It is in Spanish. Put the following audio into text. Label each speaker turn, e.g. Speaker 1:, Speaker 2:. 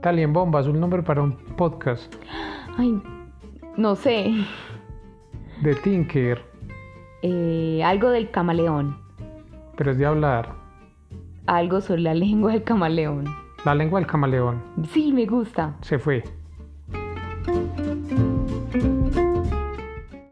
Speaker 1: Talien Bombas, un nombre para un podcast
Speaker 2: Ay, no sé.
Speaker 1: de Tinker,
Speaker 2: Eh, algo del camaleón.
Speaker 1: pero es de hablar.
Speaker 2: Algo sobre la lengua del camaleón.
Speaker 1: La lengua del camaleón
Speaker 2: Sí, me gusta.
Speaker 1: se fue.